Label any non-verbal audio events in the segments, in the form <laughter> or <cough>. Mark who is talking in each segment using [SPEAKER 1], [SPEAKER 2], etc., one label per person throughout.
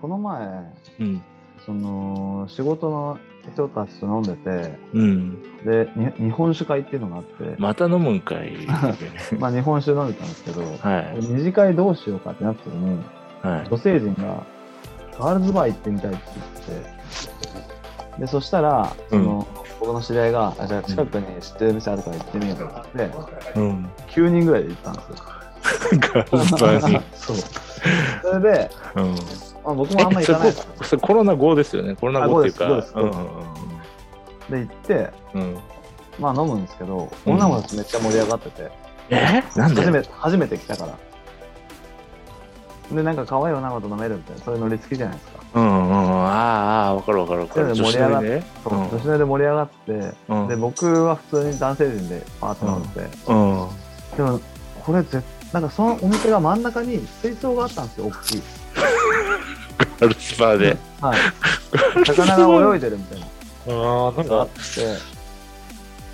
[SPEAKER 1] この前、
[SPEAKER 2] うん。
[SPEAKER 1] その仕事の人たちと飲んでて、
[SPEAKER 2] うん。
[SPEAKER 1] で、に日本酒会っていうのがあって、
[SPEAKER 2] また飲むんか <laughs> い。
[SPEAKER 1] まあ日本酒飲んでたんですけど、
[SPEAKER 2] はい。
[SPEAKER 1] 二次会どうしようかってなった時に、
[SPEAKER 2] はい。
[SPEAKER 1] 女性陣が、ガールズバー行ってみたいって言って、で、そしたら、その、僕の知り合いが、あじゃあ近くに知ってる店あるから行ってみようって言って、
[SPEAKER 2] うん。
[SPEAKER 1] 9人ぐらいで行ったんですよ。
[SPEAKER 2] ガールズバーに。
[SPEAKER 1] <laughs> そう。それで、
[SPEAKER 2] うん。
[SPEAKER 1] まあ、僕もあんま
[SPEAKER 2] え
[SPEAKER 1] 行
[SPEAKER 2] <laughs> そ
[SPEAKER 1] かない
[SPEAKER 2] こそれコロナ後ですよね。コロナ後っていう
[SPEAKER 1] あ
[SPEAKER 2] か。
[SPEAKER 1] そうですそうです
[SPEAKER 2] う
[SPEAKER 1] で行って、
[SPEAKER 2] んうんうん。うん
[SPEAKER 1] まあ飲むんですけど、
[SPEAKER 2] うん
[SPEAKER 1] 女の子たちめっちゃ盛り上がってて、
[SPEAKER 2] えなん
[SPEAKER 1] 初
[SPEAKER 2] で
[SPEAKER 1] めて初めて来たから。で、なんか可愛い女の子と飲めるみたいな、そういうノリ好きじゃないですか。
[SPEAKER 2] うんうんうん。ああああ、わかるわかるわかる。
[SPEAKER 1] それで盛り上がっ
[SPEAKER 2] 女子
[SPEAKER 1] そう、
[SPEAKER 2] うん
[SPEAKER 1] 女子大で盛り上がって、
[SPEAKER 2] のね
[SPEAKER 1] で、僕は普通に男性陣でパーって飲んでて、
[SPEAKER 2] うん。うん。
[SPEAKER 1] でも、これ絶なんかそのお店が真ん中に水槽があったんですよ、大きい。
[SPEAKER 2] ガールズバーで。 <laughs>
[SPEAKER 1] はい。魚が泳いでるみたいな
[SPEAKER 2] ああ、なん
[SPEAKER 1] のがあっ
[SPEAKER 2] か、
[SPEAKER 1] て、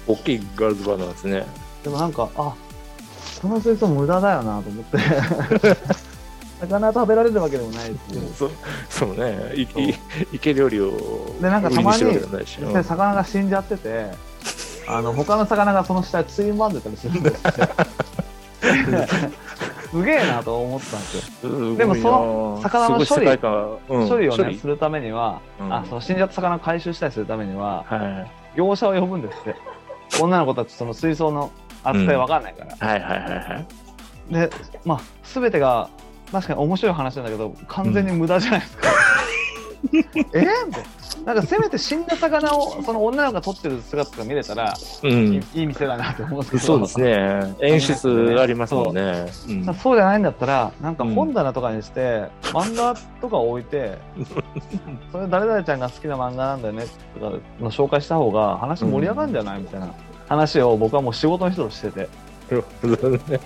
[SPEAKER 2] 大きいガールズバーなんですね。
[SPEAKER 1] でもなんか、あこの水槽無駄だよなと思
[SPEAKER 2] <laughs>
[SPEAKER 1] って。魚食べられるわけでもないし、
[SPEAKER 2] そそうね。い
[SPEAKER 1] そう
[SPEAKER 2] い池料理を。
[SPEAKER 1] でなんかたまに
[SPEAKER 2] 売りしてるわけじゃないし
[SPEAKER 1] 実際魚が死んじゃってて、あの他の魚がその下についまんでたりするんですって
[SPEAKER 2] <laughs>
[SPEAKER 1] すげえなと思ったんですよ。
[SPEAKER 2] うん
[SPEAKER 1] でも
[SPEAKER 2] す
[SPEAKER 1] そ
[SPEAKER 2] ごいな
[SPEAKER 1] の魚の処理
[SPEAKER 2] すごい世界観うん
[SPEAKER 1] 処理をね、するためには、
[SPEAKER 2] うん
[SPEAKER 1] あその死んじゃった魚を回収したりするためには、
[SPEAKER 2] はい。
[SPEAKER 1] 業者を呼ぶんですって。女の子たちその水槽の扱いわかんないから。
[SPEAKER 2] はいはいはいはい。
[SPEAKER 1] で、まあ、すべてが確かに面白い話なんだけど、完全に無駄じゃないですか。 <laughs> えーみたいな。なんかせめて死んだ魚をその女の子が取ってる姿が見れたら、
[SPEAKER 2] う
[SPEAKER 1] い
[SPEAKER 2] ん
[SPEAKER 1] い。いい店だなって思うんですけど。
[SPEAKER 2] そうですね。演出がありますもんね。うん
[SPEAKER 1] まあそうじゃないんだったら、なんか本棚とかにして、漫画とか置い <laughs> て、それ誰々ちゃんが好きな漫画なんだよねとかの紹介した方が話盛り上がるんじゃないみたいな話を僕はもう仕事の人としてて。
[SPEAKER 2] なるほどね。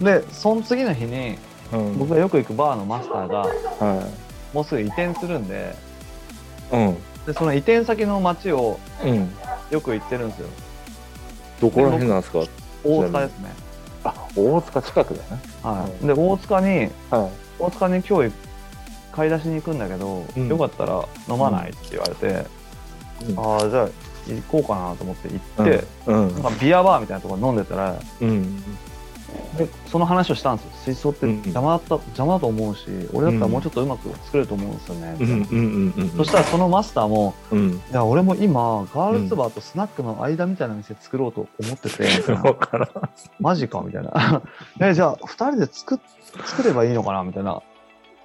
[SPEAKER 1] で、その次の日に、
[SPEAKER 2] うん
[SPEAKER 1] 僕がよく行くバーのマスターが、
[SPEAKER 2] は
[SPEAKER 1] もうすぐ移転するんで、
[SPEAKER 2] い。うん。
[SPEAKER 1] で、その移転先の街を
[SPEAKER 2] うん。
[SPEAKER 1] よく行ってるんですよ。
[SPEAKER 2] どこら辺なんですか
[SPEAKER 1] 大塚ですね。
[SPEAKER 2] あ、大塚近くだね。
[SPEAKER 1] はい。で、大塚に、
[SPEAKER 2] は
[SPEAKER 1] 大塚に今日買い出しに行くんだけど、
[SPEAKER 2] うん
[SPEAKER 1] よかったら飲まないって言われて、
[SPEAKER 2] うん
[SPEAKER 1] ああじゃあ行こうかなと思って行って、
[SPEAKER 2] い。うん
[SPEAKER 1] なんかビアバーみたいなところ飲んでたら
[SPEAKER 2] うん。
[SPEAKER 1] でその話をしたんですよ水槽って邪魔だった、邪魔だと思うし俺だったらもうちょっとうまく作れると思うんですよね、
[SPEAKER 2] う
[SPEAKER 1] み
[SPEAKER 2] ん
[SPEAKER 1] た
[SPEAKER 2] う
[SPEAKER 1] い
[SPEAKER 2] ん
[SPEAKER 1] な
[SPEAKER 2] うんうん。
[SPEAKER 1] そしたらそのマスターも
[SPEAKER 2] う
[SPEAKER 1] 「
[SPEAKER 2] ん。
[SPEAKER 1] いや俺も今ガールズバーとスナックの間みたいな店作ろうと思って
[SPEAKER 2] <laughs>
[SPEAKER 1] て」みたいな
[SPEAKER 2] わからん。
[SPEAKER 1] マジかみたいな。 <laughs> え、じゃあ、二人で作っ、作ればいいのかなみたいな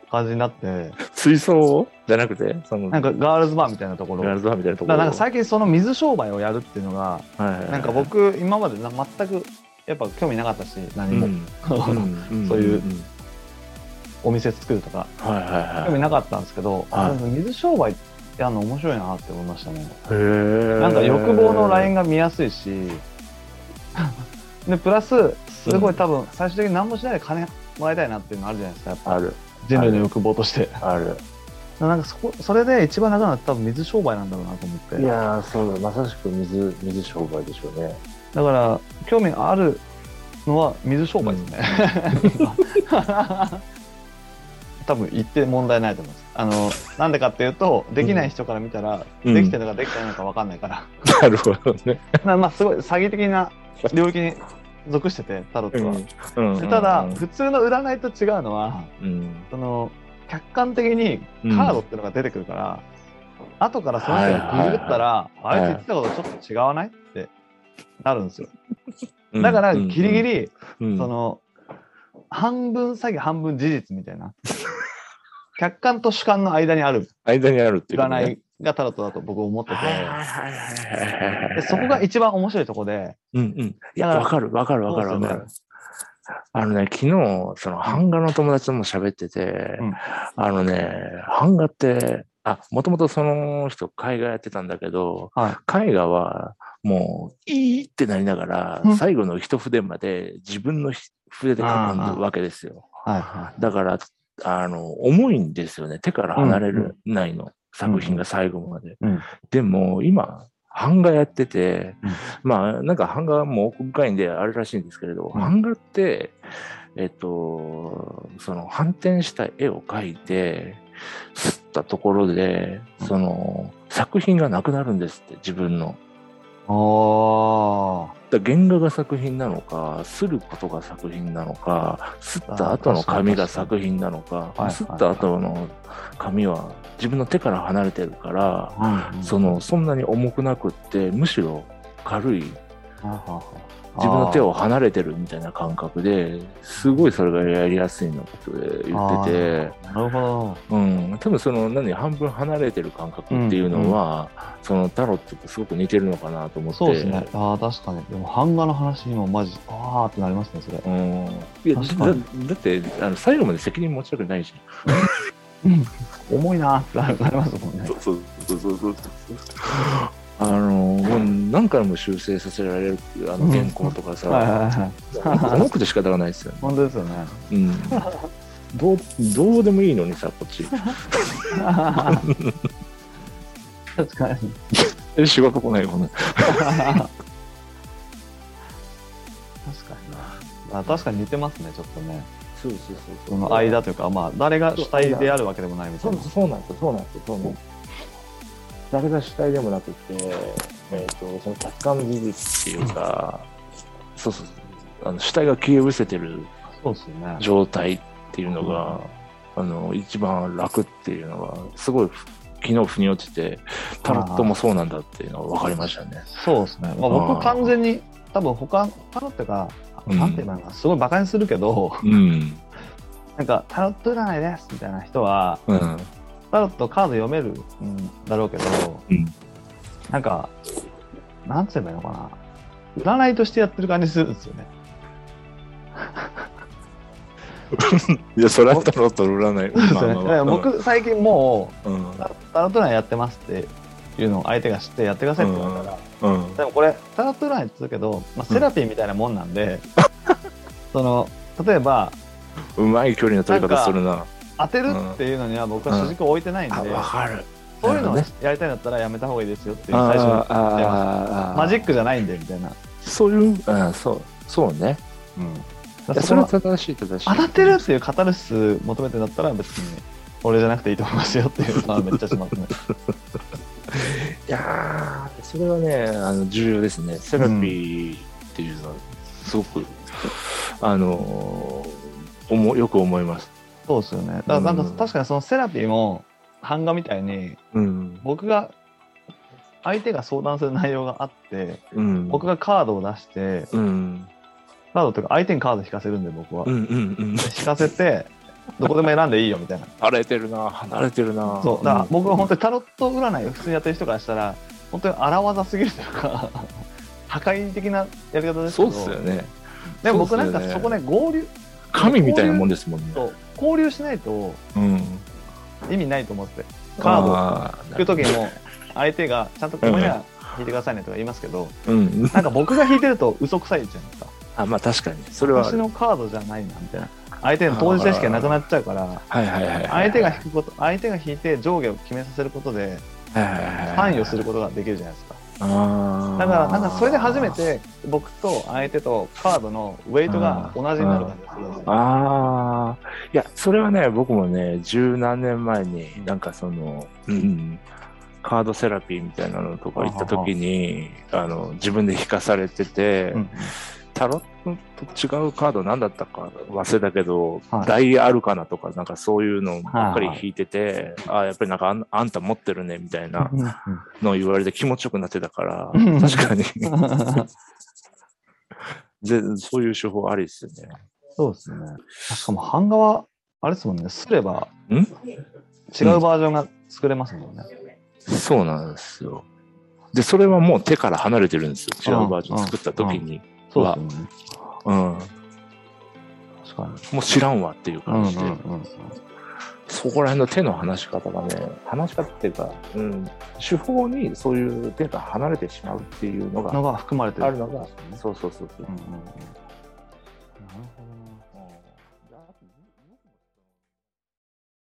[SPEAKER 1] 感じになって、
[SPEAKER 2] 水槽をじゃなくて、その、
[SPEAKER 1] なん
[SPEAKER 2] か、
[SPEAKER 1] かガールズバーみたいなところ。
[SPEAKER 2] ガールズバーみたいなとこ
[SPEAKER 1] だ
[SPEAKER 2] ろ。
[SPEAKER 1] からなんか最近その水商売をやるっていうのが
[SPEAKER 2] はい
[SPEAKER 1] なんか、僕今までな全くやっぱ興味なかったし何も、そういう <laughs> お店作るとか
[SPEAKER 2] はいはい
[SPEAKER 1] 興
[SPEAKER 2] はい
[SPEAKER 1] 味なかったんですけど、
[SPEAKER 2] はい
[SPEAKER 1] あでも水商売やるの面白いなって思いましたね、
[SPEAKER 2] へー。
[SPEAKER 1] なんか欲望のラインが見やすいし <laughs> でプラスすごい多分最終的に何もしないで金もらいたいなっていうのあるじゃないですかやっぱ
[SPEAKER 2] ある、
[SPEAKER 1] 人類の欲望と
[SPEAKER 2] <laughs>
[SPEAKER 1] して
[SPEAKER 2] ある。
[SPEAKER 1] なんかそこそれで一番楽なのは多分水商売なんだろうなと思って
[SPEAKER 2] いやーそうだまさしく水水商売でしょうね
[SPEAKER 1] だから興味あるのは水商売ですね、多分言って問題ないと思いますあのなんでかっていうとできない人から見たら、
[SPEAKER 2] うん
[SPEAKER 1] できてるのかできてないのか分かんないから、
[SPEAKER 2] なるほどね、
[SPEAKER 1] なまあすごい詐欺的な領域に属しててタロットは、
[SPEAKER 2] うん
[SPEAKER 1] でただ普通の占いと違うのは
[SPEAKER 2] うん
[SPEAKER 1] その客観的にカードってのが出てくるから、後からその人にググったら、
[SPEAKER 2] いはい
[SPEAKER 1] あいつ言ってたことちょっと違わないってなるんですよ
[SPEAKER 2] うん
[SPEAKER 1] だからギリギリ、
[SPEAKER 2] うん
[SPEAKER 1] その半分詐欺半分事実みたいな <laughs> 客観と主観の間にある
[SPEAKER 2] 間にあるっていうことね、
[SPEAKER 1] 占いがタロットだと僕思って
[SPEAKER 2] はい
[SPEAKER 1] て
[SPEAKER 2] はいはいはいはいはい
[SPEAKER 1] でそこが一番面白いとこで
[SPEAKER 2] うんうんいや
[SPEAKER 1] だから
[SPEAKER 2] わかるわかるわかる
[SPEAKER 1] そう
[SPEAKER 2] わ
[SPEAKER 1] です
[SPEAKER 2] か
[SPEAKER 1] よね
[SPEAKER 2] る、あのね昨日その版画の友達とも喋ってて、
[SPEAKER 1] うん
[SPEAKER 2] あのね版画ってあもともとその人絵画やってたんだけど、
[SPEAKER 1] は
[SPEAKER 2] 絵画はもういいってなりながら、
[SPEAKER 1] うん
[SPEAKER 2] 最後の一筆まで自分のひ筆で書くわけですよ。
[SPEAKER 1] はいは
[SPEAKER 2] だからあの重いんですよね手から離れ
[SPEAKER 1] うん
[SPEAKER 2] る、ないの作品が最後まで。
[SPEAKER 1] うん
[SPEAKER 2] でも今版画やってて、
[SPEAKER 1] うん
[SPEAKER 2] まあなんか版画も奥深いんであれらしいんですけれど、
[SPEAKER 1] うん
[SPEAKER 2] 版画ってえっとその反転した絵を描いて、吸ったところで、その作品がなくなるんですって、自分の。
[SPEAKER 1] ああ。
[SPEAKER 2] だから原画が作品なのか、することが作品なのか、すった後の紙が作品なのか
[SPEAKER 1] 確、かに
[SPEAKER 2] すった後の紙は自分の手から離れてるから、 <laughs> そのそんなに重くなくって、むしろ軽い自分の手
[SPEAKER 1] を
[SPEAKER 2] を離れてるみたいな感覚ですごいそれがやりやすいのって言ってて、
[SPEAKER 1] なるほど。
[SPEAKER 2] うん、多分その何半分離れてる感覚っていうのは、そのタロットとすごく似てるのかなと思って
[SPEAKER 1] そうですね。ああ、確かに。でも、版画の話にもマジ、ああってなりますね、それ。
[SPEAKER 2] うん、いやだ
[SPEAKER 1] 確
[SPEAKER 2] だ
[SPEAKER 1] か
[SPEAKER 2] っ
[SPEAKER 1] に
[SPEAKER 2] てあの最後まで責任持ちたくないじ
[SPEAKER 1] 重いなーってなりますもん
[SPEAKER 2] ゃん。
[SPEAKER 1] ね。
[SPEAKER 2] <laughs> そうそうそうそうそうあのもう何回も修正させられるあの原稿とか
[SPEAKER 1] はいはい
[SPEAKER 2] さ、
[SPEAKER 1] はい。
[SPEAKER 2] 重くて仕方がないですよね。
[SPEAKER 1] 本当ですよ
[SPEAKER 2] <laughs>
[SPEAKER 1] ね。
[SPEAKER 2] うん、どうどうでもいいのにさこっち
[SPEAKER 1] 確かに。
[SPEAKER 2] え仕事来ないもんね。
[SPEAKER 1] 確かにな。あ確かに似てますね、ちょっとね。
[SPEAKER 2] そうそうそ
[SPEAKER 1] そ
[SPEAKER 2] う
[SPEAKER 1] の間というか、まあ、誰が主体であるわけでもないみた
[SPEAKER 2] そ
[SPEAKER 1] いうな。
[SPEAKER 2] そうなんですよ、そうなんですよ、そうなんですよ。誰が主体でもなくて、えっ、と、その客観技術っていうか、そうそうそうあの、主体が消え失せてる
[SPEAKER 1] そうですよね。
[SPEAKER 2] 状態っていうのが、あの、一番楽っていうのが、すごい、昨日腑に落ちて、タロットもそうなんだっていうのが分かりましたね。
[SPEAKER 1] そうですね。まあ、
[SPEAKER 2] あー
[SPEAKER 1] 僕完全に、多分他、タロットが、
[SPEAKER 2] うん
[SPEAKER 1] なんて言えばいいのかな、すごい馬鹿にするけど、 <laughs>
[SPEAKER 2] うん。
[SPEAKER 1] なんか、タロット占いですみたいな人は、
[SPEAKER 2] うん。
[SPEAKER 1] タロットカード読めるんだろうけど、
[SPEAKER 2] うん
[SPEAKER 1] なんか、なんて言えばいいのかな、占いとしてやってる感じするんですよね。
[SPEAKER 2] いや、それはタロット占
[SPEAKER 1] <laughs>
[SPEAKER 2] い。
[SPEAKER 1] そうですよね。だから僕、最近もう、
[SPEAKER 2] うん、
[SPEAKER 1] タタロット占いやってますっていうのを相手が知ってやってくださいって言われたら、
[SPEAKER 2] うん、
[SPEAKER 1] でもこれタロット占いって言うけど、まあ、セラピーみたいなもんなん
[SPEAKER 2] <laughs>
[SPEAKER 1] で、その例えば
[SPEAKER 2] うまい距離の取り方するな。
[SPEAKER 1] 当てるっていうのには僕は主軸を置いてないんで、
[SPEAKER 2] あ、わかる。
[SPEAKER 1] そういうのを
[SPEAKER 2] なる
[SPEAKER 1] やりたいんだったらやめた方がいいですよっていう
[SPEAKER 2] あ
[SPEAKER 1] 最初に
[SPEAKER 2] あ
[SPEAKER 1] マジックじゃないんでみたいな、
[SPEAKER 2] そういう、うん、そう、そうね。
[SPEAKER 1] だ
[SPEAKER 2] い
[SPEAKER 1] からそ
[SPEAKER 2] やそ
[SPEAKER 1] れは
[SPEAKER 2] れは正しい、正しい。
[SPEAKER 1] 当たってるっていうカタルシス求めてんだったら別に俺じゃなくていいと思いますよっていうのはめっちゃしますね
[SPEAKER 2] いやーそれはね、あの重要ですね。セラピーっていうのは、すごく、あのーおも、よく思います。
[SPEAKER 1] そうですよねだからなんか、
[SPEAKER 2] うん
[SPEAKER 1] 確かにそのセラピーも版画みたいに
[SPEAKER 2] うん。
[SPEAKER 1] 僕が相手が相談する内容があって
[SPEAKER 2] うん。
[SPEAKER 1] 僕がカードを出して
[SPEAKER 2] うん。
[SPEAKER 1] カードというか相手にカード引かせるんで僕は、
[SPEAKER 2] うんうんうん。
[SPEAKER 1] 引かせてどこでも選んでいいよみ
[SPEAKER 2] <laughs>
[SPEAKER 1] たいな
[SPEAKER 2] 離れてるな、離れてるな。
[SPEAKER 1] そうだから僕は本当にタロット占いを普通にやってる人からしたら本当に荒技すぎるというか <laughs> 破壊的なやり方ですけ
[SPEAKER 2] そ
[SPEAKER 1] ど
[SPEAKER 2] うっすよね。
[SPEAKER 1] でも僕なん
[SPEAKER 2] そう
[SPEAKER 1] か
[SPEAKER 2] っすよね
[SPEAKER 1] そこね合流
[SPEAKER 2] 神みたいなもんですもんね。
[SPEAKER 1] と交流しないと
[SPEAKER 2] うん。
[SPEAKER 1] 意味ないと思っててカードを
[SPEAKER 2] あー
[SPEAKER 1] 引く時も相手がちゃんとここには引いてくださいねとか言いますけど
[SPEAKER 2] うん。
[SPEAKER 1] なんか僕が引いてると嘘くさいじゃないですか
[SPEAKER 2] あ、まあ確かに。それはあ
[SPEAKER 1] 私
[SPEAKER 2] る。
[SPEAKER 1] のカードじゃないなみたいな相手の当事者しかなくなっちゃうから
[SPEAKER 2] はいはいはいはい。
[SPEAKER 1] 相手が引くこと相手が引いて上下を決めさせることで関
[SPEAKER 2] 関
[SPEAKER 1] 与することができるじゃないですか
[SPEAKER 2] だ
[SPEAKER 1] だ
[SPEAKER 2] か
[SPEAKER 1] からなんかそれで初めて僕と相手とカードのウェイトが同じになる感じがするんですよ
[SPEAKER 2] ああいやそれはね僕もね十何年前になんかその、うん、カードセラピーみたいなのとか行った時にあの自分で引かされてて、
[SPEAKER 1] うん
[SPEAKER 2] タロットと違うカード何だったか忘れたけど、
[SPEAKER 1] はい
[SPEAKER 2] 大アルカナとかなんかそういうのばっかり引いてて、ああやっぱりなんかあんあんた持ってるねみたいなのを言われて気持ちよくなってたから、
[SPEAKER 1] うん
[SPEAKER 2] 確かに <laughs>
[SPEAKER 1] うん
[SPEAKER 2] ぜそういう手法ありですよね。
[SPEAKER 1] <laughs> そうですねしかも版画はあれですもんねすれば
[SPEAKER 2] ん
[SPEAKER 1] 違うバージョンが作れますもんね
[SPEAKER 2] そうなんですよ。で、それはもう手から離れてるんですよ。違
[SPEAKER 1] う
[SPEAKER 2] うんバージョン作った時に。
[SPEAKER 1] そうですよね
[SPEAKER 2] うん。
[SPEAKER 1] 確かに
[SPEAKER 2] もう知らんわっていう
[SPEAKER 1] うん
[SPEAKER 2] 感じで、
[SPEAKER 1] うんうん
[SPEAKER 2] そこら辺の手の離し方がね、離し方っていうか、うん、手法にそういう手が離れてしまうっていうのが
[SPEAKER 1] のが含まれてる
[SPEAKER 2] あるのが、そうそうそうそう
[SPEAKER 1] うんうんうんなるほど